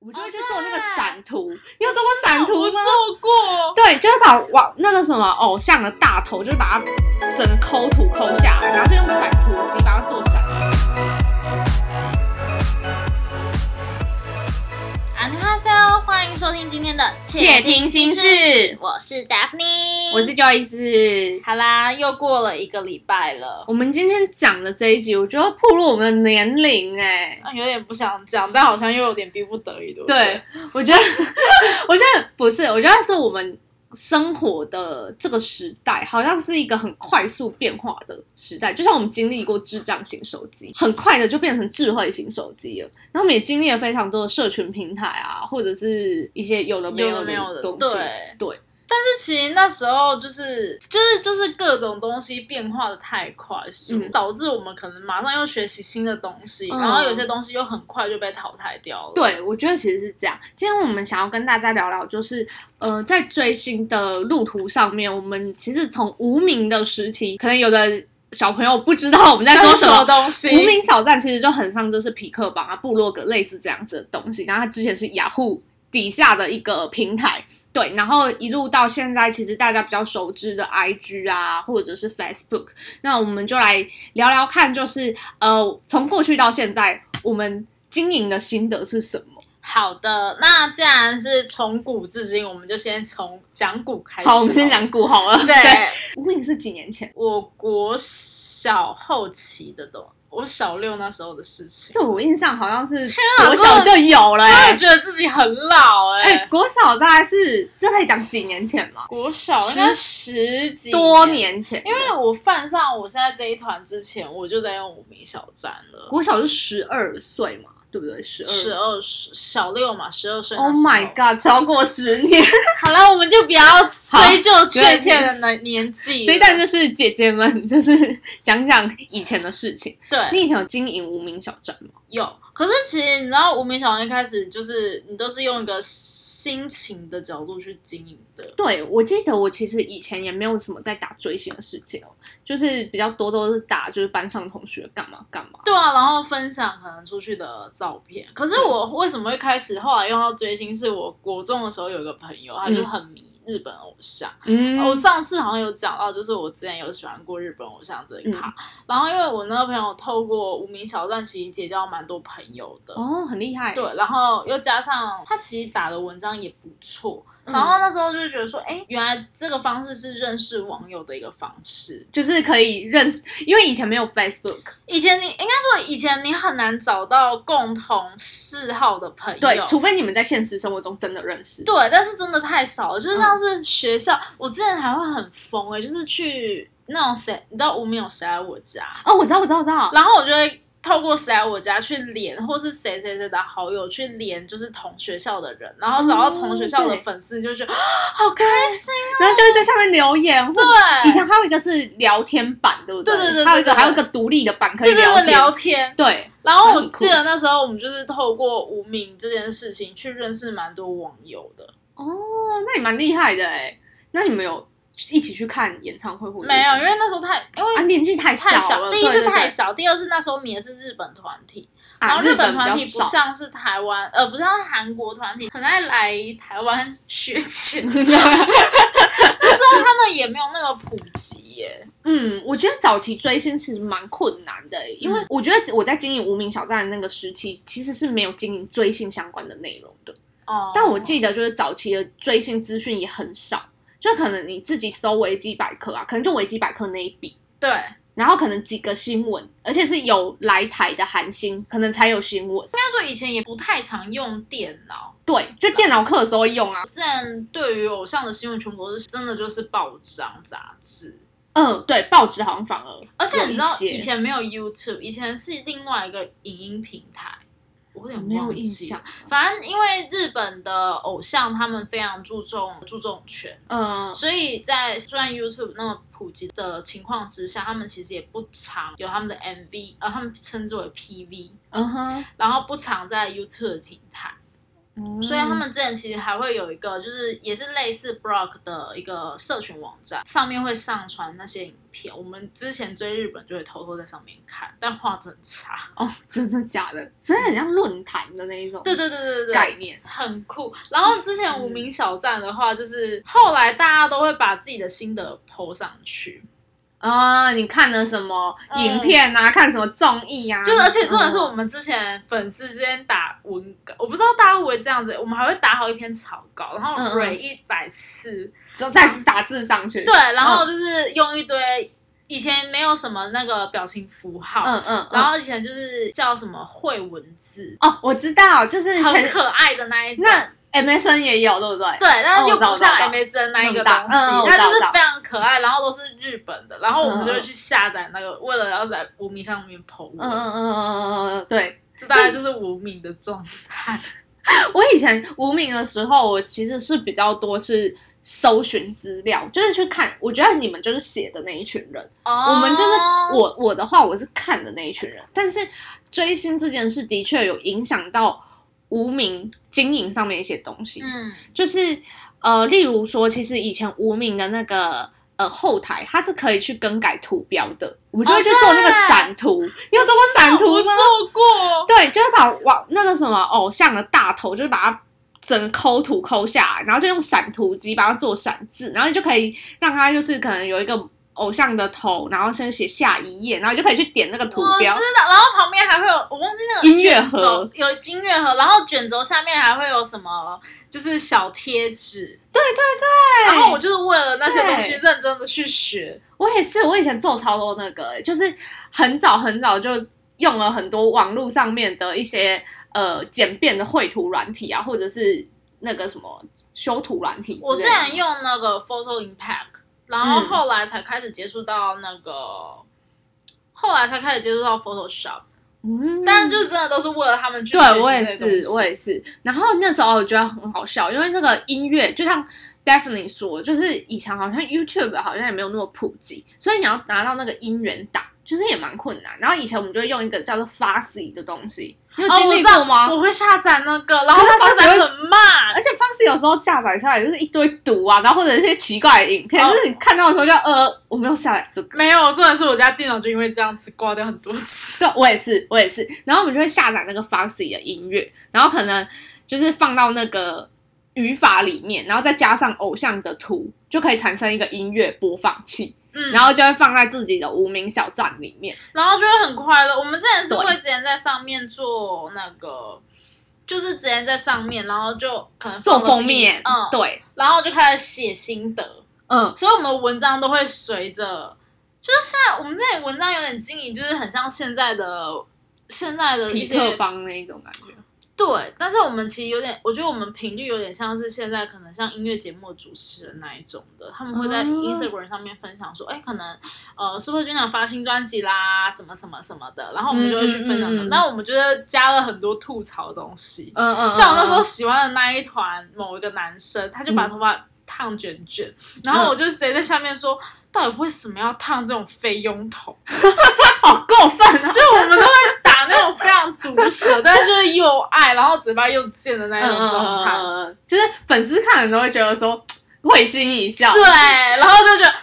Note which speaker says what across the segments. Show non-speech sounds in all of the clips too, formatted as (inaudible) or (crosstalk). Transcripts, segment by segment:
Speaker 1: 我就会去
Speaker 2: 哦
Speaker 1: 做那个
Speaker 2: 对
Speaker 1: 闪图。你有做过闪图
Speaker 2: 我
Speaker 1: 吗？
Speaker 2: 做过，
Speaker 1: 对，就会把往那个什么偶像的大头，就是把它整个抠图抠下来，然后就用闪图机把它做闪。
Speaker 2: 안녕하세요，欢哦迎收听今天的
Speaker 1: 且听心事，
Speaker 2: 我是 Daphne，
Speaker 1: 我是 Joyce。
Speaker 2: 好啦，又过了一个礼拜了。
Speaker 1: 我们今天讲的这一集，我觉得暴露我们的年龄哎、
Speaker 2: 啊，有点不想讲，但好像又有点逼不得已，对不
Speaker 1: 对
Speaker 2: 对？，
Speaker 1: 我觉得， (laughs) 我觉得不是，我觉得是我们生活的这个时代，好像是一个很快速变化的时代。就像我们经历过智障型手机，很快的就变成智慧型手机了。然后我们也经历了非常多的社群平台啊，或者是一些有的没
Speaker 2: 有的没有
Speaker 1: 的
Speaker 2: 的
Speaker 1: 东西。
Speaker 2: 对
Speaker 1: 对，
Speaker 2: 但是其实那时候就是就是就是各种东西变化的太快速，
Speaker 1: 嗯
Speaker 2: 导致我们可能马上又学习新的东西，
Speaker 1: 嗯
Speaker 2: 然后有些东西又很快就被淘汰掉了。
Speaker 1: 对，我觉得其实是这样。今天我们想要跟大家聊聊，就是呃，在追星的路途上面，我们其实从无名的时期，可能有的小朋友不知道我们在
Speaker 2: 在
Speaker 1: 说
Speaker 2: 说
Speaker 1: 什
Speaker 2: 什
Speaker 1: 么
Speaker 2: 么，东西？
Speaker 1: 无名小站其实就很像就是匹克榜啊、部落格类似这样子的东西。然后它之前是雅虎底下的一个平台，对，然后一路到现在，其实大家比较熟知的 IG 啊，或者是 Facebook。那我们就来聊聊看，就是呃，从过去到现在，我们经营的心得是什么？
Speaker 2: 好的，那既然是从古至今，我们就先从讲古开始。
Speaker 1: 好，我们先。讲古好了。
Speaker 2: 对，
Speaker 1: 无名是几年前？
Speaker 2: 我国小后期的东，我小六那时候的事情，
Speaker 1: 对我印象好像是
Speaker 2: 啊
Speaker 1: 国小就有了、
Speaker 2: 我
Speaker 1: 欸
Speaker 2: 也。觉得自己很老哎、
Speaker 1: 哎、国小大概是这可以讲几年前吗？
Speaker 2: 国小应该十几
Speaker 1: 多，年前，
Speaker 2: 因为我犯上我现在这一团之前，我就在用无名小站了。
Speaker 1: 国小是十二岁嘛，对不对？十二。
Speaker 2: 十二十小六嘛，十二岁那
Speaker 1: Oh
Speaker 2: 时候。
Speaker 1: my god！超过十年，
Speaker 2: 好了，我们就不要追究确切的年年纪了。
Speaker 1: 所以但就是姐姐们，就是讲讲以前的事情。
Speaker 2: 对，
Speaker 1: 你以前有经营无名小站吗？
Speaker 2: 有，可是其实你知道，无名小站一开始就是你都是用一个心情的角度去经营的，
Speaker 1: 对，我记得我其实以前也没有什么在打追星的事情哦，就是比较多都是打就是班上同学干嘛干嘛。
Speaker 2: 对啊，然后分享可能出去的照片。可是我为什么会开始后来用到追星？是我国中的时候有一个朋友，他就
Speaker 1: 嗯
Speaker 2: 很迷日本偶像。
Speaker 1: 嗯
Speaker 2: 我上次好像有讲到，就是我之前有喜欢过日本偶像这
Speaker 1: 嗯
Speaker 2: 一卡，然后因为我那个朋友透过无名小站，其实结交蛮多朋友的。
Speaker 1: 哦，很厉害。
Speaker 2: 对，然后又加上他其实打的文章也不错，
Speaker 1: 嗯，
Speaker 2: 然后那时候就觉得说，哎，原来这个方式是认识网友的一个方式。
Speaker 1: 就是可以认识，因为以前没有 Facebook，
Speaker 2: 以前你应该说，以前你很难找到共同嗜好的朋友，
Speaker 1: 对，除非你们在现实生活中真的认识。
Speaker 2: 对，但是真的太少了。就是
Speaker 1: 嗯
Speaker 2: 像是学校，我之前还会很疯哎、就是去那种谁，你知道无名有谁来我家，
Speaker 1: 哦，我知道，我知道，我知道。
Speaker 2: 然后我就会。透过谁来我家去连，或是谁谁谁的好友去连，就是同学校的人，然后找到同学校
Speaker 1: 哦
Speaker 2: 的
Speaker 1: 对
Speaker 2: 粉丝，就觉得、啊好开心。
Speaker 1: 然后就会在下面留言，或者
Speaker 2: 对，
Speaker 1: 以前还有一个是聊天版，对不对
Speaker 2: 嗯对对对对
Speaker 1: 还有一个
Speaker 2: 对对
Speaker 1: 还有一个独立的版可以
Speaker 2: 对
Speaker 1: 聊
Speaker 2: 对对
Speaker 1: 天。
Speaker 2: 聊天，
Speaker 1: 对，
Speaker 2: 然后
Speaker 1: 那
Speaker 2: 我
Speaker 1: 很酷
Speaker 2: 记得那时候我们就是透过无名这件事情去认识蛮多网友的。
Speaker 1: 哦，那你蛮厉害的哎。那你们有一起去看演唱会或者是
Speaker 2: 没有，因为那时候太因为
Speaker 1: 啊，年纪太
Speaker 2: 太
Speaker 1: 小了，
Speaker 2: 第一
Speaker 1: 对
Speaker 2: 是
Speaker 1: 对
Speaker 2: 太
Speaker 1: 对
Speaker 2: 小，第二是那时候你也是日本团体，然
Speaker 1: 啊，
Speaker 2: 后
Speaker 1: 日
Speaker 2: 本
Speaker 1: 比较
Speaker 2: 团体不
Speaker 1: 少。
Speaker 2: 像是台湾，呃，不像是韩国团体，很爱来台湾学琴，那时候他们也没有那个普及耶。
Speaker 1: (laughs) 嗯，我觉得早期追星其实蛮困难的，欸因
Speaker 2: 嗯
Speaker 1: 为我觉得我在经营无名小站的那个时期，其实是没有经营追星相关的内容的。
Speaker 2: 哦，
Speaker 1: 但我记得就是早期的追星资讯也很少，就可能你自己搜维基百科啊，可能就维基百科那一笔，
Speaker 2: 对，
Speaker 1: 然后可能几个新闻，而且是有来台的韩星，可能才有新闻。
Speaker 2: 那时候以前也不太常用电脑，
Speaker 1: 对，就电脑课的时候会用啊。
Speaker 2: 之前对于偶像的新闻全部都是真的就是报章杂志。
Speaker 1: 嗯，对，报纸好像反而，
Speaker 2: 而且你知道
Speaker 1: 有一些
Speaker 2: 以前没有 YouTube，以前是另外一个影音平台，我有
Speaker 1: 没
Speaker 2: 点
Speaker 1: 有
Speaker 2: 忘
Speaker 1: 印
Speaker 2: 记了
Speaker 1: 象。。
Speaker 2: 反正因为日本的偶像他们非常注重注重权，
Speaker 1: 嗯，
Speaker 2: 所以在虽然 YouTube 那么普及的情况之下，他们其实也不常有他们的 MV，呃，他们称之为 PV，
Speaker 1: 嗯哼，嗯
Speaker 2: 然后不常在 YouTube 的平台。所以他们之前其实还会有一个，就是也是类似 Block 的一个社群网站，上面会上传那些影片。我们之前追日本就会偷偷在上面看，但画质很差。
Speaker 1: 哦，真的假的？真的很像论坛的那一种
Speaker 2: 对对对对对，
Speaker 1: 概念。
Speaker 2: 很酷。然后之前无名小站的话，就是后来大家都会把自己的心得 PO 上去，
Speaker 1: 啊、你看了什么
Speaker 2: 嗯
Speaker 1: 影片啊？看什么综艺啊？
Speaker 2: 就是而且重点是
Speaker 1: 嗯
Speaker 2: 我们之前粉丝之间打文稿，我不知道大家会不会这样子，我们还会打好一篇草稿，然
Speaker 1: 嗯
Speaker 2: 后
Speaker 1: 嗯
Speaker 2: re 一百次，
Speaker 1: 只有再打字上去。
Speaker 2: 对，然后就是用一堆以前没有什么那个表情符号，
Speaker 1: 嗯，嗯嗯。
Speaker 2: 然后以前就是叫什么会文字，
Speaker 1: 哦，我知道，就是
Speaker 2: 很
Speaker 1: 前
Speaker 2: 可爱的那
Speaker 1: (laughs)
Speaker 2: 一种。
Speaker 1: 那 MSN 也有，对不对？
Speaker 2: 对，但是又
Speaker 1: 哦
Speaker 2: 不
Speaker 1: 我知道
Speaker 2: 像
Speaker 1: 我知道
Speaker 2: MSN 那一个
Speaker 1: 那么大
Speaker 2: 东西，
Speaker 1: 嗯嗯我知
Speaker 2: 它
Speaker 1: 道
Speaker 2: 就
Speaker 1: 我
Speaker 2: 是
Speaker 1: 知道
Speaker 2: 非常可爱，然后都是日本的，然后我
Speaker 1: 嗯嗯
Speaker 2: 们
Speaker 1: 嗯
Speaker 2: 就会去下载那个，为了要在无名上面 PO 文。
Speaker 1: 嗯嗯嗯嗯嗯嗯，对。
Speaker 2: 这大概就是无名的状态。
Speaker 1: 我以前无名的时候，我其实是比较多是搜寻资料，就是去看。我觉得你们就是写的那一群人，
Speaker 2: 哦
Speaker 1: 我们就是我我的话，我是看的那一群人。但是追星这件事的确有影响到无名经营上面一些东西，
Speaker 2: 嗯
Speaker 1: 就是呃，例如说，其实以前无名的那个。呃，后台它是可以去更改图标的，我们就会去
Speaker 2: 哦
Speaker 1: 做那个
Speaker 2: 对
Speaker 1: 闪图。你有做过闪图
Speaker 2: 我
Speaker 1: 吗？
Speaker 2: 做过，
Speaker 1: 对，就是把往那个什么偶像的大头，就是把它整个抠图抠下来，然后就用闪图机把它做闪字，然后你就可以让它就是可能有一个偶像的头，然后先写下一页，然后你就可以去点那个图
Speaker 2: 我知
Speaker 1: 标。
Speaker 2: 道。然后旁边还会有，我忘记那个
Speaker 1: 音乐
Speaker 2: 卷轴
Speaker 1: 盒，
Speaker 2: 有音乐盒，然后卷轴下面还会有什么，就是小贴纸。
Speaker 1: 对
Speaker 2: 然后我就是为了那些东西
Speaker 1: 对
Speaker 2: 认真的去学。
Speaker 1: 我也是，我以前做超多那个、欸就是很早很早就用了很多网络上面的一些呃简便的绘图软体啊，或者是那个什么修图软体之类的。
Speaker 2: 我之前用那个 Photo Impact，然后
Speaker 1: 嗯
Speaker 2: 后来才开始接触到那个，后来才开始接触到 Photoshop，、
Speaker 1: 嗯，
Speaker 2: 但就真的都是为了他们去学习
Speaker 1: 对我也
Speaker 2: 这些
Speaker 1: 是，
Speaker 2: 东
Speaker 1: 我
Speaker 2: 西
Speaker 1: 也是。然后那时候我觉得很好笑，因为那个音乐就像 Daphne 说，就是以前好像 YouTube 好像也没有那么普及，所以你要拿到那个音源档，就是也蛮困难。然后以前我们就会用一个叫做 Fussy 的东西，你有
Speaker 2: 哦，
Speaker 1: 经
Speaker 2: 我
Speaker 1: 历
Speaker 2: 知
Speaker 1: 过
Speaker 2: 道
Speaker 1: 吗？
Speaker 2: 我会下载那个，然后
Speaker 1: 可是它
Speaker 2: 它下载
Speaker 1: 只会
Speaker 2: 很慢，
Speaker 1: 而且 Fussy 有时候下载下来就是一堆毒啊，然后或者一些奇怪的影片，
Speaker 2: 哦
Speaker 1: 就是你看到的时候就呃，我没有下载这个。
Speaker 2: 没有，真的是我家电脑就因为这样子挂掉很多次。
Speaker 1: 对，我也是，我也是。然后我们就会下载那个 Foxy 的音乐，然后可能就是放到那个语法里面，然后再加上偶像的图，就可以产生一个音乐播放器，
Speaker 2: 嗯，然
Speaker 1: 然
Speaker 2: 后
Speaker 1: 后就会放在自己的无名小站里面。
Speaker 2: 然后就会很快乐。我们之前是
Speaker 1: 对
Speaker 2: 会直接在上面做那个，就是直接在上面，然后就可能
Speaker 1: 做
Speaker 2: 放个
Speaker 1: 封
Speaker 2: P-
Speaker 1: 面，
Speaker 2: 嗯，
Speaker 1: 对，
Speaker 2: 然后就开始写心得，
Speaker 1: 嗯，
Speaker 2: 所以我们的文章都会随着，就是现在我们之前文章有点经营，就是很像现在的现在的一
Speaker 1: 皮
Speaker 2: 些
Speaker 1: 特帮那一种感觉。
Speaker 2: 对，但是我们其实有点，我觉得我们频率有点像是现在可能像音乐节目的主持人那一种的，他们会在
Speaker 1: 哦
Speaker 2: Instagram 上面分享说，哎、可能呃 Super Junior 发新专辑啦，什么什么什么的，然后我们就会去分
Speaker 1: 嗯
Speaker 2: 享
Speaker 1: 嗯嗯嗯
Speaker 2: 那、我们觉得加了很多吐槽的东西，
Speaker 1: 嗯嗯，
Speaker 2: 像我那时候
Speaker 1: 嗯，
Speaker 2: 喜欢的那一团某一个男生，他就把头发烫卷卷，然
Speaker 1: 嗯
Speaker 2: 后我就直接在下面说，到底为什么要烫这种飞佣头？
Speaker 1: 好过分啊！
Speaker 2: 就我们都会打那种非常毒舌，但是就是又爱，然后嘴巴又贱的那
Speaker 1: 嗯
Speaker 2: 一
Speaker 1: 嗯
Speaker 2: 种
Speaker 1: 嗯
Speaker 2: 状态。
Speaker 1: 嗯嗯，就是粉丝看了都会觉得说会心一笑，
Speaker 2: 对，然后就觉得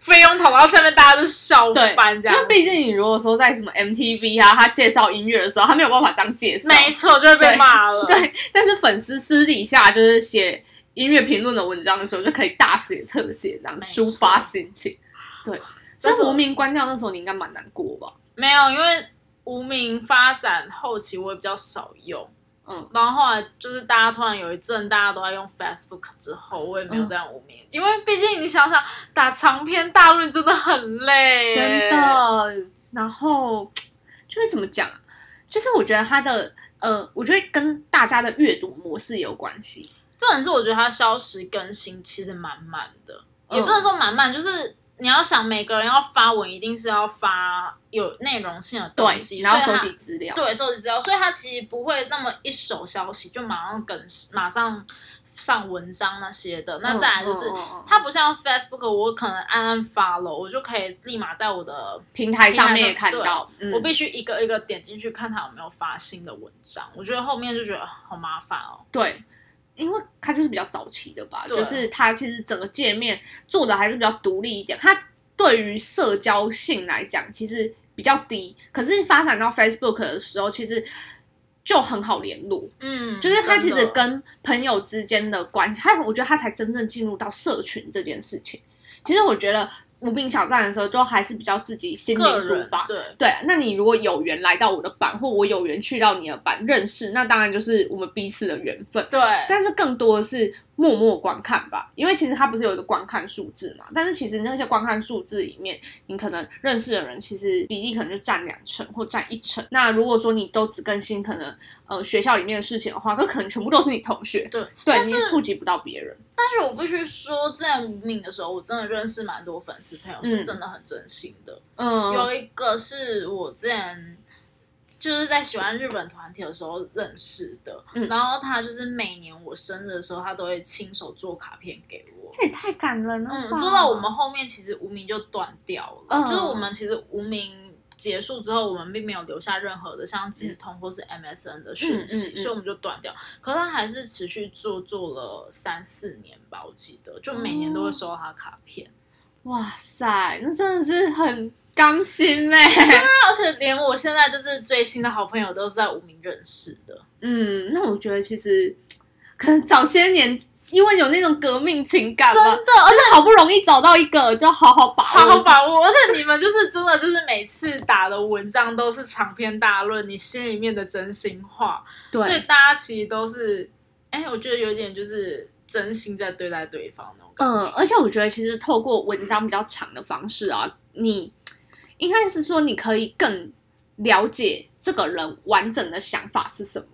Speaker 2: 飞佣头，然后下面大家就笑
Speaker 1: 对
Speaker 2: 翻这
Speaker 1: 因
Speaker 2: 样
Speaker 1: 为。毕竟你如果说在什么 MTV 啊，他介绍音乐的时候，他没有办法这样介绍，
Speaker 2: 没错，就会被
Speaker 1: 对
Speaker 2: 骂了。
Speaker 1: 对，但是粉丝私底下就是写音乐评论的文章的时候，就可以大写特写这样
Speaker 2: 没错
Speaker 1: 抒发心情。对，所
Speaker 2: 但
Speaker 1: 以
Speaker 2: 是我
Speaker 1: 无名关掉那时候你应该蛮难过吧？
Speaker 2: 没有，因为无名发展后期我也比较少用，
Speaker 1: 嗯，
Speaker 2: 然后后来就是大家突然有一阵大家都在用 Facebook 之后，我也
Speaker 1: 嗯
Speaker 2: 没有这样无名，因为毕竟你想想打长篇大论真的很累，
Speaker 1: 真。的。然后就是怎么讲啊，就是我觉得他的呃，我觉得跟大家的阅读模式有关系。
Speaker 2: 重点是我觉得它消时更新其实蛮慢的，也
Speaker 1: 嗯
Speaker 2: 不能说蛮慢，就是。你要想每个人要发文，一定是要发有内容性的东西，
Speaker 1: 对，然后
Speaker 2: 所以
Speaker 1: 收
Speaker 2: 它
Speaker 1: 集资料。
Speaker 2: 对，收集资料，所以它其实不会那么一手消息就马上更新，马上上文章那些的。那再来就是
Speaker 1: 嗯嗯嗯嗯
Speaker 2: 它不像 Facebook，我可能按按 follow，我就可以立马在我的，
Speaker 1: 平台上面也
Speaker 2: 平
Speaker 1: 看
Speaker 2: 台上
Speaker 1: 到，嗯
Speaker 2: 我必须一个一个点进去看它有没有发新的文章。我觉得后面就觉得啊好麻烦哦。
Speaker 1: 对，因为它就是比较早期的吧，
Speaker 2: 对啊
Speaker 1: 就是它其实整个界面做的还是比较独立一点，它对于社交性来讲其实比较低，可是发展到 Facebook 的时候，其实就很好联络，
Speaker 2: 嗯，
Speaker 1: 就是它其
Speaker 2: 真
Speaker 1: 实
Speaker 2: 的
Speaker 1: 跟朋友之间的关系，它我觉得它才真正进入到社群这件事情。其实我觉得无名小站的时候，都还是比较自己心灵
Speaker 2: 个
Speaker 1: 抒
Speaker 2: 人
Speaker 1: 发，
Speaker 2: 对。
Speaker 1: 对，那你如果有缘来到我的版，或我有缘去到你的版认识，那当然就是我们彼此的缘分。
Speaker 2: 对，
Speaker 1: 但是更多的是默默观看吧，因为其实它不是有一个观看数字嘛，但是其实那些观看数字里面，你可能认识的人其实比例可能就占两成或占一成。那如果说你都只更新可能呃学校里面的事情的话，那可能全部都是你同学，
Speaker 2: 对，
Speaker 1: 对
Speaker 2: 但
Speaker 1: 你
Speaker 2: 是
Speaker 1: 也触及不到别人。
Speaker 2: 但是我必须说，在无名的时候，我真的认识蛮多粉丝朋友，是
Speaker 1: 嗯
Speaker 2: 真的很真心的。
Speaker 1: 嗯，
Speaker 2: 有一个是我之前就是在喜欢日本团体的时候认识的，
Speaker 1: 嗯
Speaker 2: 然后他就是每年我生日的时候，他都会亲手做卡片给我。
Speaker 1: 这也太感人了吧。
Speaker 2: 嗯，做到我们后面其实无名就断掉了，
Speaker 1: 嗯
Speaker 2: 就是我们其实无名结束之后，我们并没有留下任何的像即时通或是 MSN 的讯
Speaker 1: 嗯
Speaker 2: 息，
Speaker 1: 嗯嗯
Speaker 2: 所以我们就断掉。可是他还是持续做做了三四年吧，我记得，就每年都会收到他卡片。
Speaker 1: 哇塞，那真的是很刚心哎、
Speaker 2: 而且连我现在就是最新的好朋友都是在无名认识的。
Speaker 1: 嗯，那我觉得其实可能早些年因为有那种革命情感吧，
Speaker 2: 真的而
Speaker 1: 且好不容易找到一个，就好好把握住。
Speaker 2: 好好把握，而且你们就是真的，就是每次打的文章都是长篇大论，你心里面的真心话，所以
Speaker 1: 对，
Speaker 2: 大家其实都是，哎、我觉得有点就是真心在对待对方那种感觉。
Speaker 1: 嗯，而且我觉得其实透过文章比较长的方式啊，你应该是说你可以更了解这个人完整的想法是什么。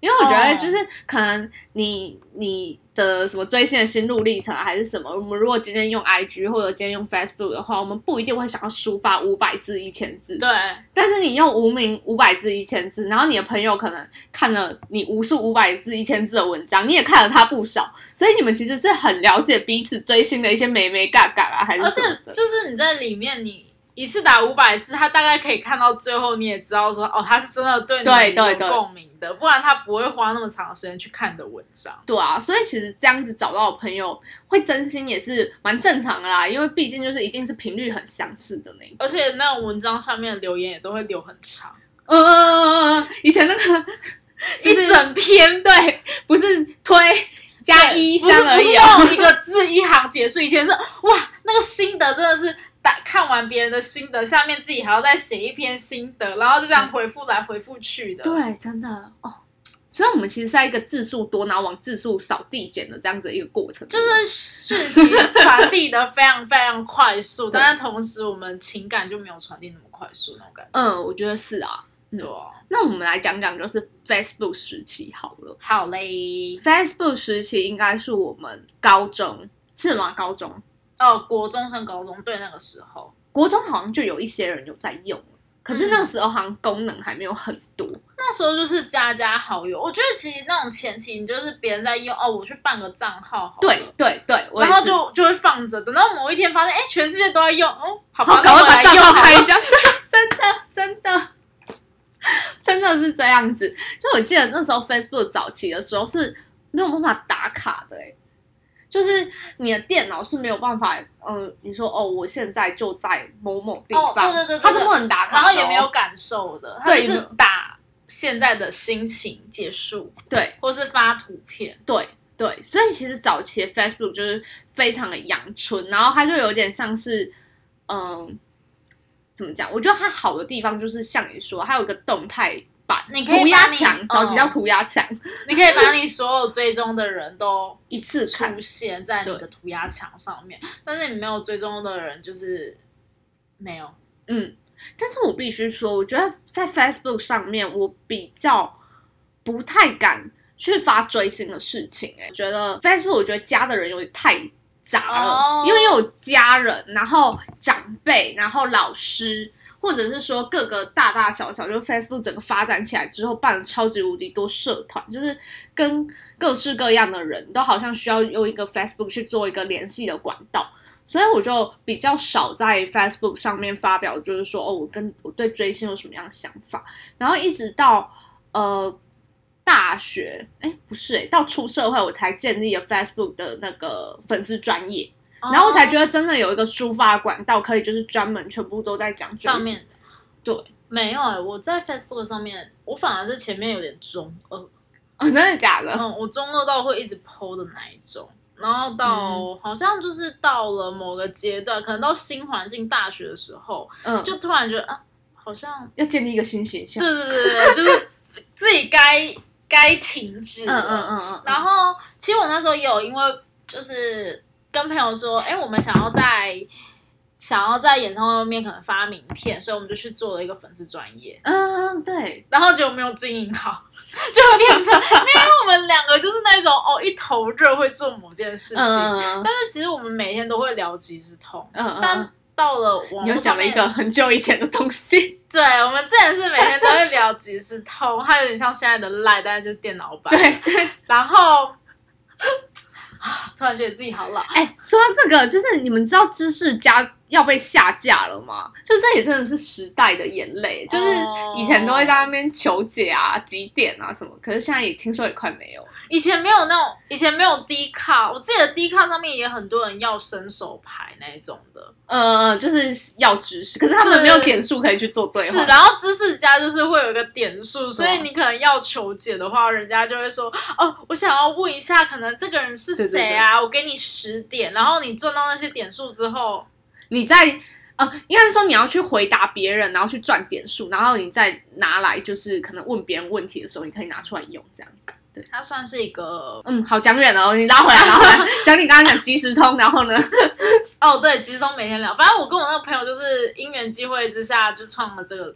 Speaker 1: 因为我觉得
Speaker 2: 哦
Speaker 1: 就是可能你你的什么追星的心路历程啊还是什么，我们如果今天用 IG 或者今天用 Facebook 的话，我们不一定会想要抒发五百字一千字，
Speaker 2: 对，
Speaker 1: 但是你用无名五百字一千字，然后你的朋友可能看了你无数五百字一千字的文章，你也看了他不少，所以你们其实是很了解彼此追星的一些美眉嘎嘎啊，还是
Speaker 2: 而
Speaker 1: 什
Speaker 2: 且
Speaker 1: 么的。
Speaker 2: 就是你在里面，你一次打五百次，他大概可以看到最后，你也知道说，哦，他是真的对
Speaker 1: 对
Speaker 2: 你
Speaker 1: 对
Speaker 2: 有
Speaker 1: 对
Speaker 2: 共鸣的，不然他不会花那么长时间去看你的文章。
Speaker 1: 对啊，所以其实这样子找到的朋友会真心也是蛮正常的啦，因为毕竟就是一定是频率很相似的那一种。
Speaker 2: 而且那种文章下面的留言也都会留很长，
Speaker 1: 嗯嗯嗯嗯嗯，以前那个就是
Speaker 2: 一整篇
Speaker 1: 对，不是推加一
Speaker 2: 不是
Speaker 1: 三而
Speaker 2: 不是
Speaker 1: 已
Speaker 2: 那
Speaker 1: 哦。
Speaker 2: 种一个字一行结束，以前是哇那个心得真的是打看完别人的心得，下面自己还要再写一篇心得，然后就这样回复来回复去的。，
Speaker 1: 对，真的哦。所以我们其实是在一个字数多，然后往字数少递减的这样子一个过程，
Speaker 2: 就是讯息传递的非常非常快速，但是同时我们情感就没有传递那么快速那种感觉。
Speaker 1: 嗯，我觉得是啊。嗯
Speaker 2: 对啊，
Speaker 1: 那我们来讲讲就是 Facebook 时期好了。
Speaker 2: 好嘞，
Speaker 1: Facebook 时期应该是我们高中是吗？高中、
Speaker 2: 哦，国中升高中，对那个时候，
Speaker 1: 国中好像就有一些人有在用了，可
Speaker 2: 嗯
Speaker 1: 是那个时候好像功能还没有很多。
Speaker 2: 那时候就是加加好友，我觉得其实那种前期你就是别人在用哦，我去办个账号好了
Speaker 1: 对对对，我也
Speaker 2: 然后
Speaker 1: 是
Speaker 2: 就就会放着，等到某一天发现，哎，全世界都在用，哦，好吧，
Speaker 1: 好，赶快
Speaker 2: 那我
Speaker 1: 把
Speaker 2: 来
Speaker 1: 账
Speaker 2: 用
Speaker 1: 号开一
Speaker 2: 好了。
Speaker 1: 下， (laughs) 真的真的真的是这样子。就我记得那时候 Facebook 早期的时候是没有办法打卡的、欸，就是你的电脑是没有办法，嗯、你说哦，我现在就在某某地
Speaker 2: 哦
Speaker 1: 方，
Speaker 2: 对对对对
Speaker 1: 它是不能打卡
Speaker 2: 然
Speaker 1: 的哦、
Speaker 2: 后也没有感受的，他
Speaker 1: 对
Speaker 2: 就是打现在的心情结束，
Speaker 1: 对
Speaker 2: 或是发图片。
Speaker 1: 对对，所以其实早期的 Facebook 就是非常的阳春，然后它就有点像是，嗯，怎么讲？我觉得它好的地方就是像你说，它有一个动态版，
Speaker 2: 你可以
Speaker 1: 涂
Speaker 2: 把
Speaker 1: 鸦
Speaker 2: 你
Speaker 1: 墙，早期
Speaker 2: 嗯
Speaker 1: 叫涂鸦墙，
Speaker 2: 你可以把你所有追踪的人都
Speaker 1: 一次看
Speaker 2: 出，现在你
Speaker 1: 对
Speaker 2: 的涂鸦墙上面，但是你没有追踪的人就是没有。哦
Speaker 1: 嗯。但是我必须说，我觉得在 Facebook 上面，我比较不太敢去发追星的事情、欸。哎，觉得 Facebook 我觉得加的人有点太杂了
Speaker 2: 哦
Speaker 1: 因为有家人，然后长辈，然后老师，或者是说各个大大小小，就 Facebook 整个发展起来之后，办了超级无敌多社团，就是跟各式各样的人都好像需要用一个 Facebook 去做一个联系的管道。所以我就比较少在 Facebook 上面发表，就是说哦，我跟我对追星有什么样的想法。然后一直到呃大学，哎，不是哎，到出社会我才建立了 Facebook 的那个粉丝专业，
Speaker 2: 哦
Speaker 1: 然后我才觉得真的有一个抒发管道，可以就是专门全部都在讲追
Speaker 2: 上
Speaker 1: 星
Speaker 2: 面
Speaker 1: 对
Speaker 2: 没有哎、我在 Facebook 上面，我反而是前面有点中二，
Speaker 1: (laughs) 哦，真的假 (laughs) 的？
Speaker 2: 嗯，我中二到会一直 PO 的那一种，然后到、
Speaker 1: 嗯
Speaker 2: 好像就是到了某个阶段，可能到新环境大学的时候，
Speaker 1: 嗯，
Speaker 2: 就突然觉得啊，好像
Speaker 1: 要建立一个新形象。
Speaker 2: 对对对对，对就是自己该该停止
Speaker 1: 嗯
Speaker 2: 了，
Speaker 1: 嗯嗯嗯，
Speaker 2: 然后其实我那时候也有因为就是跟朋友说，哎，我们想要在想要在演唱会后面可能发名片，所以我们就去做了一个粉丝专业，
Speaker 1: 嗯嗯对，
Speaker 2: 然后就没有经营好， (laughs) 就
Speaker 1: (laughs)
Speaker 2: 会变成，因为我们两个就是那种哦一头热会做某件事情，
Speaker 1: 嗯嗯
Speaker 2: 但是其实我们每天都会聊即时通，
Speaker 1: 嗯嗯
Speaker 2: 但。到了网
Speaker 1: 你又
Speaker 2: 络
Speaker 1: 讲
Speaker 2: 上
Speaker 1: 了一
Speaker 2: 面，
Speaker 1: 个很久以前的东
Speaker 2: (laughs)
Speaker 1: 西，
Speaker 2: 对我们之前是每天都会聊即时通， (laughs) 它有点像现在的赖，但是就是电脑版，
Speaker 1: 对对，
Speaker 2: 然后啊突然觉得自己好老。
Speaker 1: 哎、说到这个，就是你们知道知识家要被下架了吗？就这也真的是时代的眼泪，就是以前都会在那边求解啊、几点啊什么，可是现在也听说也快没有了。
Speaker 2: 以前没有那种，以前没有低卡，我记得低卡上面也很多人要伸手牌那一种的。
Speaker 1: 呃，就是要知识，可是他们没有点数可以去做对话。
Speaker 2: 是，然后知识家就是会有一个点数，
Speaker 1: 对
Speaker 2: 所
Speaker 1: 啊
Speaker 2: 以你可能要求解的话，人家就会说哦，我想要问一下，可能这个人是谁啊？我给你十点，然后你赚到那些点数之后，
Speaker 1: 你在呃，应该是说你要去回答别人，然后去赚点数，然后你再拿来就是可能问别人问题的时候，你可以拿出来用这样子。
Speaker 2: 它算是一个
Speaker 1: 嗯，好讲远了哦，你拉回来，拉回来，讲你刚刚讲即时通，然后呢？
Speaker 2: 哦，对，其实都每天聊。反正我跟我那个朋友就是因缘际会之下就创了这个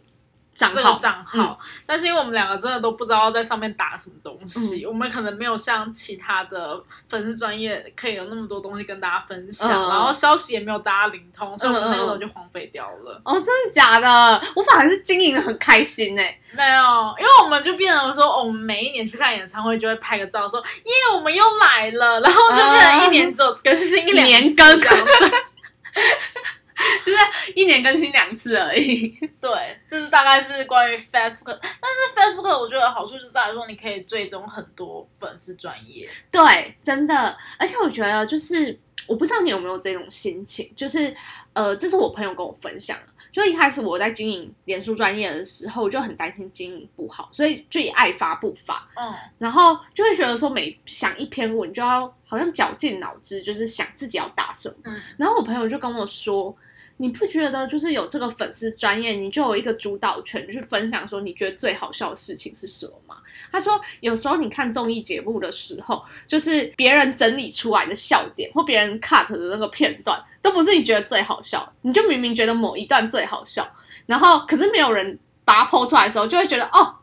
Speaker 1: 账
Speaker 2: 这
Speaker 1: 号嗯
Speaker 2: 个账号，但是因为我们两个真的都不知道在上面打什么东
Speaker 1: 嗯
Speaker 2: 西，我们可能没有像其他的粉丝专业可以有那么多东西跟大家分享，
Speaker 1: 嗯
Speaker 2: 然后消息也没有大家灵通，所以我们那个
Speaker 1: 嗯嗯
Speaker 2: 时候就荒废掉了。
Speaker 1: 哦，真的假的？我反而是经营的很开心哎、
Speaker 2: 没有，因为我们就变成说，哦，我们每一年去看演唱会就会拍个照说，耶，我们又来了，然后就变成一年只有更新一两
Speaker 1: 嗯年
Speaker 2: 次
Speaker 1: 更 (laughs)
Speaker 2: 这样子
Speaker 1: 一年更新两次而已。
Speaker 2: 对，这是大概是关于 Facebook，但是 Facebook 我觉得好处就是在于说，你可以追踪很多粉丝专业，
Speaker 1: 对，真的，而且我觉得就是，我不知道你有没有这种心情，就是呃，这是我朋友跟我分享的。就一开始我在经营脸书专业的时候，我就很担心经营不好，所以就也爱发不发，
Speaker 2: 嗯。
Speaker 1: 然后就会觉得说每想一篇文就要好像绞尽脑汁，就是想自己要打什么。
Speaker 2: 嗯
Speaker 1: 然后我朋友就跟我说：“你不觉得就是有这个粉丝专业，你就有一个主导权去分享说你觉得最好笑的事情是什么吗？”他说：“有时候你看综艺节目的时候，就是别人整理出来的笑点或别人 cut 的那个片段，都不是你觉得最好笑，你就明明觉得某一段最好笑，然后可是没有人把它剖出来的时候，就会觉得哦，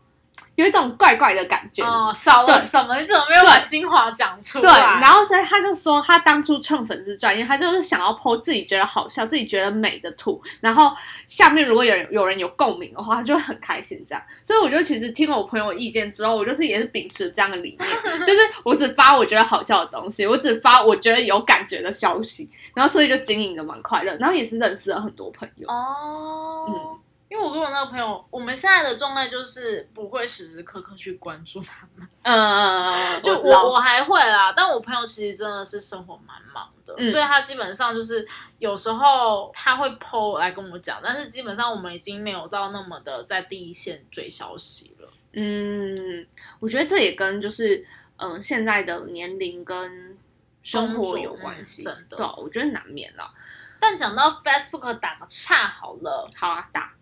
Speaker 1: 有一种怪怪的感觉。
Speaker 2: 哦，少了
Speaker 1: 对
Speaker 2: 什么？你怎么没有把精华讲出来？
Speaker 1: 对，然后所以他就说，他当初创粉丝专业，他就是想要 PO 自己觉得好笑、自己觉得美的图，然后下面如果有人有人有共鸣的话，他就会很开心这样。所以我就其实听了我朋友意见之后，我就是也是秉持这样的理 (laughs) 念，就是我只发我觉得好笑的东西，我只发我觉得有感觉的消息，然后所以就经营的蛮快乐，然后也是认识了很多朋友。
Speaker 2: 哦，
Speaker 1: 嗯
Speaker 2: 因为我跟我那个朋友，我们现在的状态就是不会时时刻刻去关注他们。
Speaker 1: 嗯，
Speaker 2: 就
Speaker 1: 我知道
Speaker 2: 我我还会啦，但我朋友其实真的是生活蛮忙的，
Speaker 1: 嗯
Speaker 2: 所以他基本上就是有时候他会 PO 来跟我讲，但是基本上我们已经没有到那么的在第一线追消息了。
Speaker 1: 嗯，我觉得这也跟就是嗯、呃现在的年龄跟生活有关系，
Speaker 2: 工作嗯真的
Speaker 1: 对啊、我觉得难免啦。
Speaker 2: 但讲到 Facebook 打个岔好了
Speaker 1: 好啊，打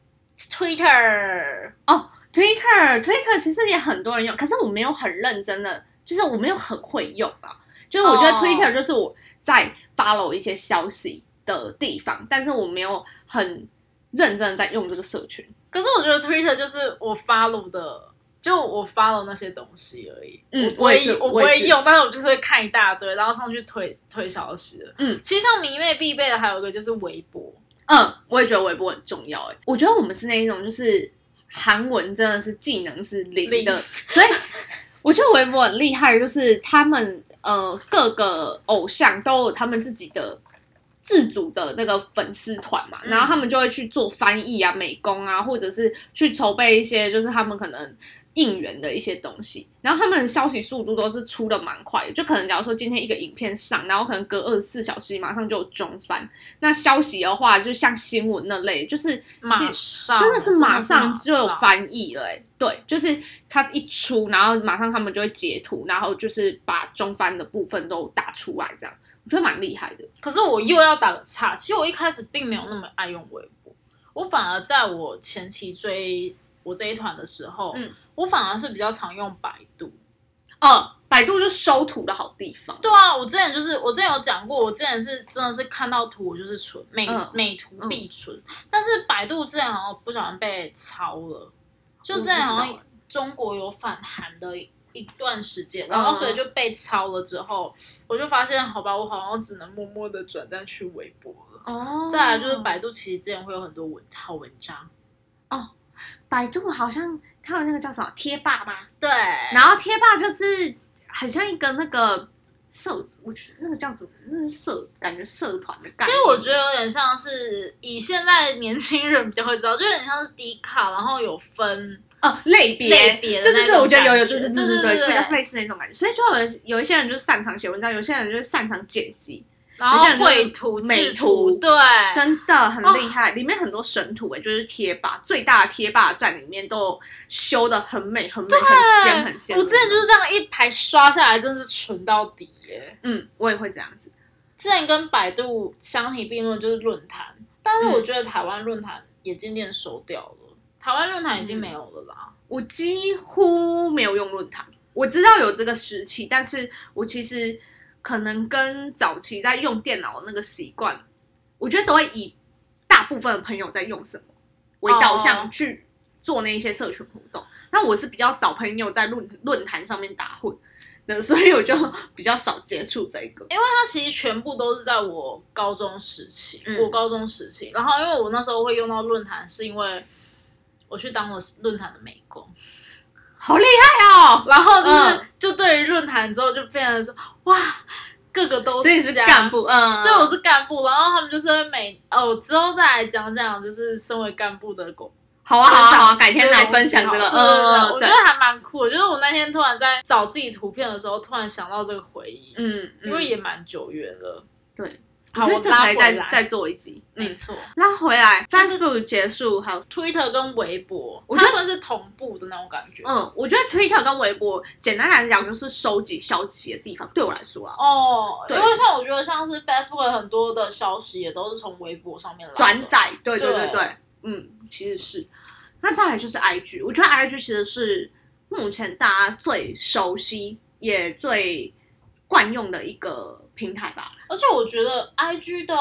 Speaker 2: ，Twitter
Speaker 1: Twitter，Twitter 其实也很多人用，可是我没有很认真的，就是我没有很会用啊。就是我觉得
Speaker 2: 哦
Speaker 1: Twitter 就是我在 follow 一些消息的地方，但是我没有很认真的在用这个社群。
Speaker 2: 可是我觉得 Twitter 就是我 follow 的，就我 follow 那些东西而已。
Speaker 1: 嗯
Speaker 2: 我不
Speaker 1: 我也
Speaker 2: 会
Speaker 1: 是
Speaker 2: 我不
Speaker 1: 我也
Speaker 2: 会
Speaker 1: 是
Speaker 2: 用，但是我就是会看一大堆，然后上去推推消息了。
Speaker 1: 嗯，
Speaker 2: 其实像迷妹必备的还有一个就是微博，
Speaker 1: 嗯，我也觉得微博很重要哎、我觉得我们是那一种就是韩文真的是技能是零的，
Speaker 2: 零
Speaker 1: (laughs) 所以我觉得微博很厉害，就是他们呃各个偶像都有他们自己的。自主的那个粉丝团嘛，
Speaker 2: 嗯
Speaker 1: 然后他们就会去做翻译啊、美工啊，或者是去筹备一些就是他们可能应援的一些东西。然后他们的消息速度都是出的蛮快的，就可能假如说今天一个影片上，然后可能隔二十四小时马上就有中翻，那消息的话，就像新闻那类，就是
Speaker 2: 马
Speaker 1: 真
Speaker 2: 上
Speaker 1: 真的是马上就有
Speaker 2: 发，
Speaker 1: 翻译了、欸。对，就是它一出，然后马上他们就会截图，然后就是把中翻的部分都打出来，这样我觉得蛮厉害的。
Speaker 2: 可是我又要打个岔，其实我一开始并没有那么爱用微博，我反而在我前期追我这一团的时候，
Speaker 1: 嗯
Speaker 2: 我反而是比较常用百度。
Speaker 1: 哦，百度就是收图的好地方。
Speaker 2: 对啊，我之前就是我之前有讲过，我之前是真的是看到图我就是存美、
Speaker 1: 嗯
Speaker 2: 美图必存，但是百度之前好像不小心被抄了，就之前好
Speaker 1: 我不知道欸
Speaker 2: 像中国有反韩的一段时
Speaker 1: 嗯
Speaker 2: 间，然后所以就被抄了之后，我就发现好吧，我好像只能默默的转战去微博了。
Speaker 1: 哦
Speaker 2: 再来就是百度，其实之前会有很多文好文章，
Speaker 1: 百度好像它有那个叫什么贴吧吧，
Speaker 2: 对，
Speaker 1: 然后贴吧就是很像一个那个社，我觉得那个叫什么，那是社感觉社团的概
Speaker 2: 其
Speaker 1: 念。
Speaker 2: 实我觉得有点像是以现在年轻人比较会知道，就有点像是迪卡，然后有分
Speaker 1: 哦，类别，
Speaker 2: 类别的
Speaker 1: 对对
Speaker 2: 那
Speaker 1: 对，
Speaker 2: 种
Speaker 1: 我觉得有有，
Speaker 2: 感觉
Speaker 1: 对对
Speaker 2: 对对
Speaker 1: 对
Speaker 2: 对
Speaker 1: 比
Speaker 2: 对
Speaker 1: 较类似那种感觉。所以就有人有一些人就是擅长写文章，有些人就是擅长剪辑，
Speaker 2: 然后绘图、
Speaker 1: 有些人就是美
Speaker 2: 制
Speaker 1: 图
Speaker 2: 图，对，哦
Speaker 1: 真的很厉害。里面很多神图哎、就是贴吧最大的贴吧站里面都有修的很美、很美、很
Speaker 2: 对
Speaker 1: 仙、很仙。
Speaker 2: 我之前就是这样一排刷下来，真是纯到底耶。
Speaker 1: 嗯，我也会这样子。
Speaker 2: 之前跟百度相提并论就是论坛，但是
Speaker 1: 嗯
Speaker 2: 我觉得台湾论坛也渐渐收掉了，台湾论坛已经没有了啦。
Speaker 1: 我几乎没有用论坛，我知道有这个时期，但是我其实可能跟早期在用电脑的那个习惯，我觉得都会以大部分的朋友在用什么为导向
Speaker 2: 哦
Speaker 1: 去做那一些社群活动。那我是比较少朋友在论论坛上面打混的，所以我就 (laughs) 比较少接触这一个。
Speaker 2: 它其实全部都是在我高中时期，
Speaker 1: 嗯
Speaker 2: 我高中时期。然后因为我那时候会用到论坛，是因为我去当了论坛的美工，
Speaker 1: 好厉害哦！
Speaker 2: 然后就是、
Speaker 1: 嗯
Speaker 2: 就对于论坛之后就变成说哇，各个都
Speaker 1: 所以你是
Speaker 2: 加
Speaker 1: 干部，嗯，
Speaker 2: 对，我是干部，然后他们就是会每哦，我之后再来讲讲，就是身为干部的狗。
Speaker 1: 好啊，好啊，
Speaker 2: 分享
Speaker 1: 好啊，改天来分享这
Speaker 2: 这
Speaker 1: 个，
Speaker 2: 个东西好
Speaker 1: 嗯，
Speaker 2: 对对对，我觉
Speaker 1: 对，
Speaker 2: 得还蛮酷的。就是我那天突然在找自己图片的时候，突然想到这个回忆，
Speaker 1: 嗯，嗯
Speaker 2: 因为也蛮久远了。
Speaker 1: 对，我
Speaker 2: 好，
Speaker 1: 觉得
Speaker 2: 我
Speaker 1: 这
Speaker 2: 拉
Speaker 1: 可
Speaker 2: 回
Speaker 1: 以再
Speaker 2: 来，
Speaker 1: 再做一集，
Speaker 2: 没
Speaker 1: 嗯，
Speaker 2: 错。
Speaker 1: 拉回来
Speaker 2: 就是
Speaker 1: Facebook 结束，还有
Speaker 2: Twitter 跟微博，
Speaker 1: 我
Speaker 2: 它
Speaker 1: 觉得
Speaker 2: 算是同步的那种感觉。
Speaker 1: 嗯，我觉得 Twitter 跟微博，简单来讲就是收集消息的地方，对我来说啊，
Speaker 2: 哦，因
Speaker 1: 对
Speaker 2: 为像我觉得像是 Facebook 很多的消息也都是从微博上面来的
Speaker 1: 转载，对对对
Speaker 2: 对
Speaker 1: 对，嗯，其实是。那再来就是 IG，我觉得 IG 其实是目前大家最熟悉也最惯用的一个平台吧。
Speaker 2: 而且我觉得 I G 的，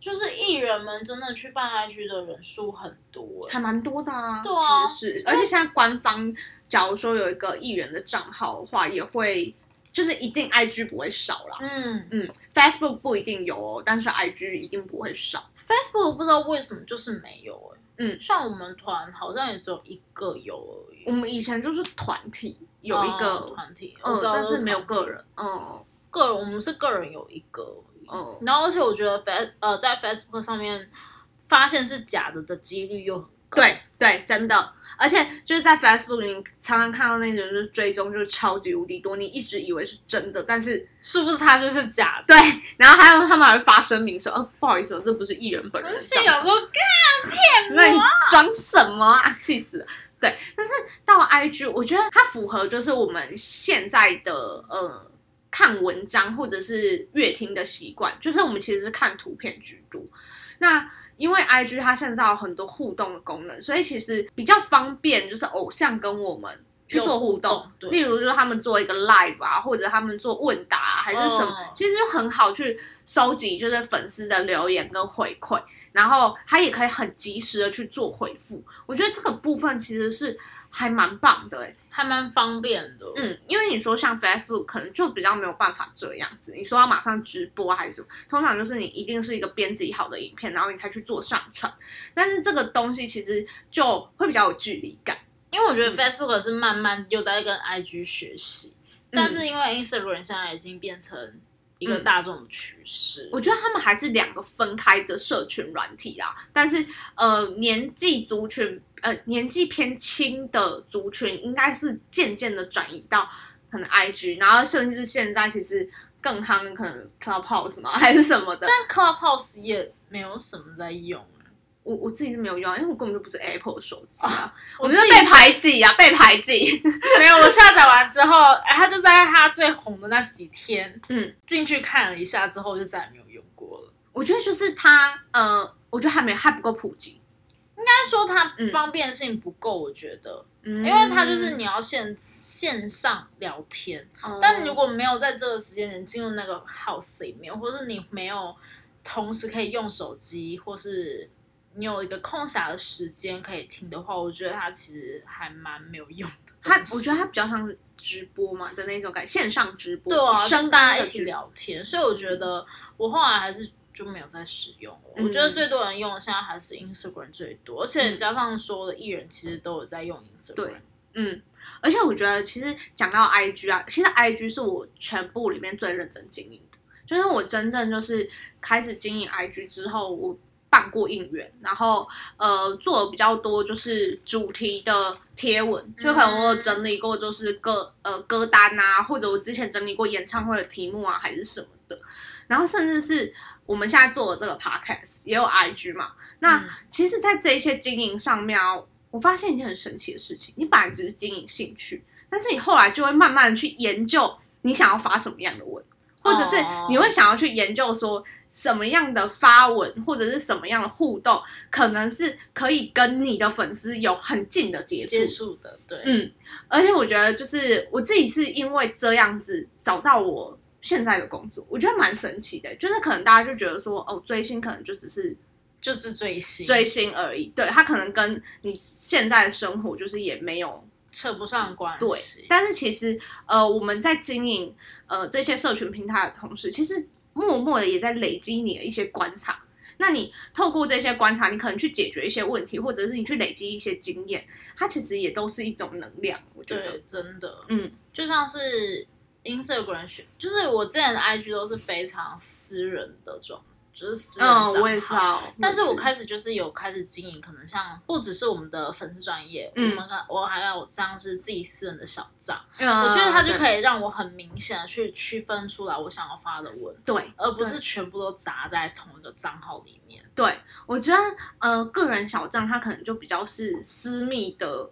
Speaker 2: 就是艺人们真的去办 I G 的人数很多、欸，
Speaker 1: 还蛮多的啊，
Speaker 2: 对啊
Speaker 1: 其实是，而且现在官方假如说有一个艺人的账号的话，也会就是一定 IG 不会少啦，
Speaker 2: 嗯
Speaker 1: 嗯，Facebook 不一定有哦，但是 IG 一定不会少，
Speaker 2: ，Facebook 我不知道为什么就是没有、欸，
Speaker 1: 嗯
Speaker 2: 像我们团好像也只有一个有而已，
Speaker 1: 我们以前就是团体有一
Speaker 2: 哦
Speaker 1: 个，
Speaker 2: 团、体，
Speaker 1: 嗯
Speaker 2: 我，知道
Speaker 1: 但
Speaker 2: 都是
Speaker 1: 是没有
Speaker 2: 团
Speaker 1: 个人，嗯
Speaker 2: 个人，我们是个人有一个而已，
Speaker 1: 嗯，
Speaker 2: 然后而且我觉得 Face 呃在 Facebook 上面发现是假的的几率又很高，
Speaker 1: 对对，真的。而且就是在 Facebook，你常常看到那种就是追踪就是超级无敌多，你一直以为是真的，但是
Speaker 2: 是不是它就是假的？
Speaker 1: 对，然后还有他们还会发声明说，哦，不好意思，这不是艺人本人的账
Speaker 2: 信仰说，
Speaker 1: 那
Speaker 2: 啊
Speaker 1: 你装什么啊？ (laughs) 气死了！对，但是到 IG，我觉得它符合就是我们现在的呃看文章或者是阅听的习惯，就是我们其实是看图片居多。那因为 IG 它现在有很多互动的功能，所以其实比较方便，就是偶像跟我们去做互
Speaker 2: 有互
Speaker 1: 动
Speaker 2: 动，对
Speaker 1: 例如就是他们做一个 live 啊，或者他们做问答、啊、还是什么，
Speaker 2: 嗯
Speaker 1: 其实就很好去收集就是粉丝的留言跟回馈，然后他也可以很及时的去做回复。我觉得这个部分其实是还蛮棒的、欸。
Speaker 2: 还蛮方便的。，
Speaker 1: 嗯，因为你说像 Facebook 可能就比较没有办法这样子，你说要马上直播啊还是什么，通常就是你一定是一个编辑好的影片，然后你才去做上传。但是这个东西其实就会比较有距离感。
Speaker 2: 因为我觉得
Speaker 1: 嗯
Speaker 2: Facebook 是慢慢又在跟 IG 学习，但是因为 Instagram 现在已经变成一个
Speaker 1: 嗯
Speaker 2: 大众的趋势。
Speaker 1: 我觉得他们还是两个分开的社群软体啊，但是呃，年纪族群呃年纪偏轻的族群应该是渐渐的转移到可能 IG，然后甚至现在其实更夯的可能 Clubhouse 嘛 (laughs) 还是什么的。
Speaker 2: 但 Clubhouse 也没有什么在用，啊
Speaker 1: 我我自己是没有用啊，因为我根本就不是 Apple 手机啊，我
Speaker 2: 哦自
Speaker 1: 就是
Speaker 2: 己
Speaker 1: 被排挤啊，被排挤。 (laughs)
Speaker 2: 没有，我下载完之后，哎，它就在它最红的那几天，
Speaker 1: 嗯，
Speaker 2: 进去看了一下之后，我就再也没有用过了。
Speaker 1: 我觉得就是它，呃，我觉得还没还不够普及，
Speaker 2: 应该说它
Speaker 1: 嗯
Speaker 2: 方便性不够，我觉得，
Speaker 1: 嗯
Speaker 2: 因为它就是，你要线线上聊天，
Speaker 1: 哦
Speaker 2: 但如果没有在这个时间点进入那个 house 里面，或是你没有同时可以用手机，或是你有一个空暇的时间可以听的话，我觉得它其实还蛮没有用的东
Speaker 1: 它，
Speaker 2: 西。
Speaker 1: 我觉得它比较像是直播嘛的那种感觉，线上直播，
Speaker 2: 对啊，
Speaker 1: 声
Speaker 2: 跟
Speaker 1: 音
Speaker 2: 大家
Speaker 1: 的
Speaker 2: 一
Speaker 1: 直
Speaker 2: 起
Speaker 1: 播。
Speaker 2: 聊天，所以我觉得我后来还是就没有再使用了。
Speaker 1: 嗯
Speaker 2: 我觉得最多人用的现在还是 Instagram 最多，而且加上说的艺人其实都有在用 Instagram。
Speaker 1: 对嗯，而且我觉得其实讲到 IG 啊，其实 IG 是我全部里面最认真经营的，就是我真正就是开始经营 IG 之后，我办过应援，然后呃做了比较多就是主题的贴文，就可能我有整理过就是歌呃歌单啊，或者我之前整理过演唱会的题目啊，还是什么的，然后甚至是我们现在做的这个 podcast 也有 IG 嘛，那、
Speaker 2: 嗯
Speaker 1: 其实，在这一些经营上面啊，我发现一件很神奇的事情：你本来只是经营兴趣，但是你后来就会慢慢地去研究你想要发什么样的文，或者是
Speaker 2: 哦
Speaker 1: 你会想要去研究说什么样的发文或者是什么样的互动，可能是可以跟你的粉丝有很近的接触。
Speaker 2: 接触的，对，
Speaker 1: 嗯，而且我觉得就是我自己是因为这样子找到我现在的工作，我觉得蛮神奇的。就是可能大家就觉得说，哦，追星可能就只是
Speaker 2: 就是追星，
Speaker 1: 追星而已。对他可能跟你现在的生活就是也没有
Speaker 2: 扯不上关
Speaker 1: 对
Speaker 2: 系。，
Speaker 1: 但是其实呃我们在经营呃这些社群平台的同时，其实默默的也在累积你的一些观察。那你透过这些观察，你可能去解决一些问题，或者是你去累积一些经验，它其实也都是一种能量。我觉得，
Speaker 2: 对，真的，
Speaker 1: 嗯，
Speaker 2: 就像是 Instagram 学，就是我之前的 IG 都是非常私人的状，就是私人
Speaker 1: 嗯，
Speaker 2: 账
Speaker 1: 我也是
Speaker 2: 号
Speaker 1: 啊。
Speaker 2: 但是我
Speaker 1: 看，
Speaker 2: 开始就是有开始经营，可能像不只是我们的粉丝专业，
Speaker 1: 嗯
Speaker 2: 我们看我还有像是自己私人的小账，
Speaker 1: 呃
Speaker 2: 我觉得它就
Speaker 1: 以
Speaker 2: 可以让我很明显的去区分出来我想要发的文，
Speaker 1: 对。
Speaker 2: 而不是全部都砸在同一个账号里面。
Speaker 1: 对，我觉得呃，个人小账它可能就比较是私密的，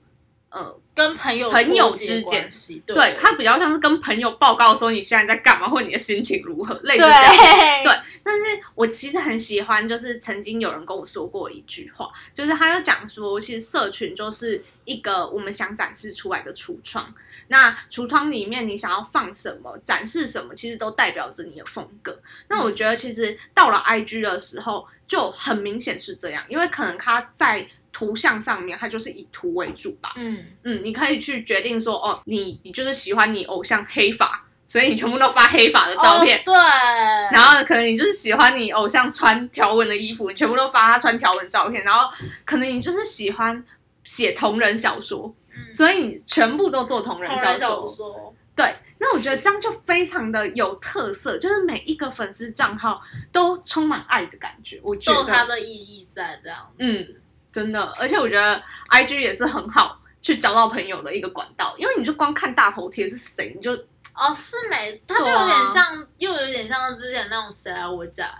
Speaker 1: 呃，
Speaker 2: 跟朋友
Speaker 1: 朋友
Speaker 2: 脱节
Speaker 1: 之间
Speaker 2: 关系，对
Speaker 1: 对，它比较像是跟朋友报告说你现在在干嘛，或你的心情如何，类似
Speaker 2: 对
Speaker 1: 这样。
Speaker 2: 对
Speaker 1: 对但是我其实很喜欢，就是曾经有人跟我说过一句话，就是他就讲说，其实社群就是一个我们想展示出来的橱窗，那橱窗里面你想要放什么、展示什么，其实都代表着你的风格。那我觉得其实到了 IG 的时候，就很明显是这样，因为可能它在图像上面，它就是以图为主吧。
Speaker 2: 嗯，
Speaker 1: 嗯，你可以去决定说，哦，你你就是喜欢你偶像黑发，所以你全部都发黑发的照片。
Speaker 2: 哦对，然
Speaker 1: 然后可能你就是喜欢你偶像穿条纹的衣服，你全部都发他穿条纹照片。然后可能你就是喜欢写同人小说，所以你全部都做嗯同人小说。
Speaker 2: 说，
Speaker 1: 对，那我觉得这样就非常的有特色，就是每一个粉丝账号都充满爱的感觉。我觉
Speaker 2: 就它
Speaker 1: 得
Speaker 2: 的意义在这样子，
Speaker 1: 嗯真的，而且我觉得 I G 也是很好去交到朋友的一个管道，因为你就光看大头贴是谁，你就
Speaker 2: 哦，是没，它就
Speaker 1: 对啊
Speaker 2: 有点像，又有点像之前那种谁来我家，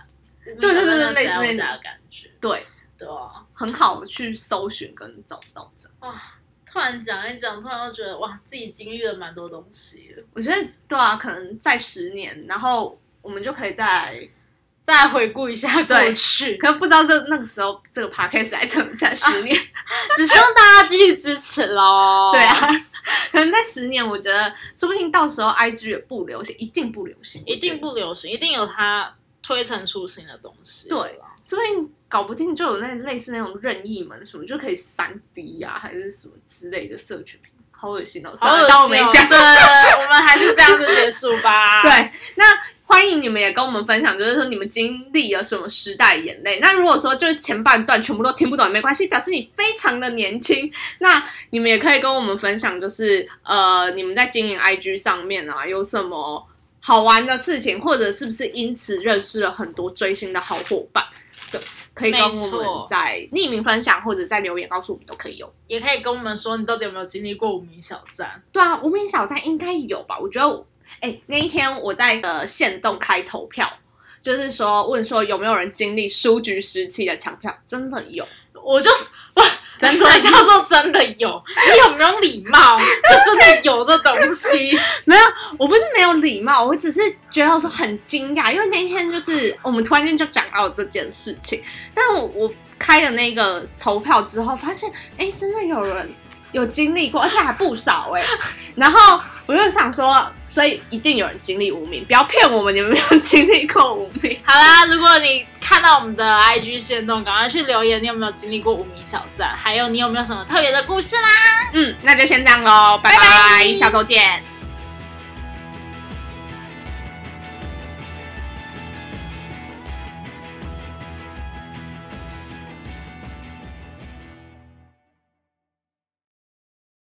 Speaker 2: 对
Speaker 1: 对对对
Speaker 2: 谁
Speaker 1: 类似
Speaker 2: 来我
Speaker 1: 那
Speaker 2: 家
Speaker 1: 种
Speaker 2: 的感觉，
Speaker 1: 对，
Speaker 2: 对啊。
Speaker 1: 很好去搜寻跟找到这样。
Speaker 2: 突然讲一讲，突然又觉得哇，自己经历了蛮多东西的，
Speaker 1: 我觉得对啊，可能在十年，然后我们就可以再来，
Speaker 2: 再回顾一下过
Speaker 1: 对
Speaker 2: 去，
Speaker 1: 可是不知道这那个时候这个 podcast 还在不在十 (laughs) 年？
Speaker 2: 只希望大家继续支持喽。
Speaker 1: (laughs) 对啊，，可能在十年，我觉得说不定到时候 IG 也不流行，一定不流行，
Speaker 2: 一定不流行，一定有它推陈出新的东西。
Speaker 1: 对
Speaker 2: 啦，
Speaker 1: 说不定搞不定就有那类似那种任意门什么，就可以三 D 呀、还是什么之类的社群平台，好恶心哦！
Speaker 2: 好
Speaker 1: 算
Speaker 2: 恶
Speaker 1: 了当我没
Speaker 2: 心哦
Speaker 1: 讲。
Speaker 2: 对，我们还是这样就结束
Speaker 1: (laughs)
Speaker 2: 吧。
Speaker 1: 对，那欢迎你们也跟我们分享，就是说你们经历了什么时代眼泪。那如果说就是前半段全部都听不懂也没关系，表示你非常的年轻。那你们也可以跟我们分享，就是呃，你们在经营 IG 上面啊，有什么好玩的事情，或者是不是因此认识了很多追星的好伙伴？对，可以跟
Speaker 2: 没
Speaker 1: 我
Speaker 2: 错
Speaker 1: 们在匿名分享，或者在留言告诉我们都可以哦。
Speaker 2: 也可以跟我们说你到底有没有经历过无名小站？
Speaker 1: 对啊，无名小站应该有吧？我觉得我，哎、那一天我在呃县动开投票，就是说问说有没有人经历书局时期的抢票，真的有，
Speaker 2: 我就是我，
Speaker 1: 真的
Speaker 2: 什么叫做真的有？你有没有礼
Speaker 1: (laughs)
Speaker 2: 貌？就真的有这东西？ (laughs)
Speaker 1: 没有，我不是没有礼貌，我只是觉得说很惊讶，因为那一天就是我们突然间就讲到这件事情，但我我开了那个投票之后，发现哎、真的有人有经历过，而且还不少哎、然后我就想说，所以一定有人经历无名，不要骗我们，你们没有经历过无名。
Speaker 2: 好啦，如果你看到我们的 IG 线动，赶快去留言，你有没有经历过无名小站？还有你有没有什么特别的故事啦？
Speaker 1: 嗯，那就先这样喽，拜
Speaker 2: 拜拜
Speaker 1: 拜，下周见。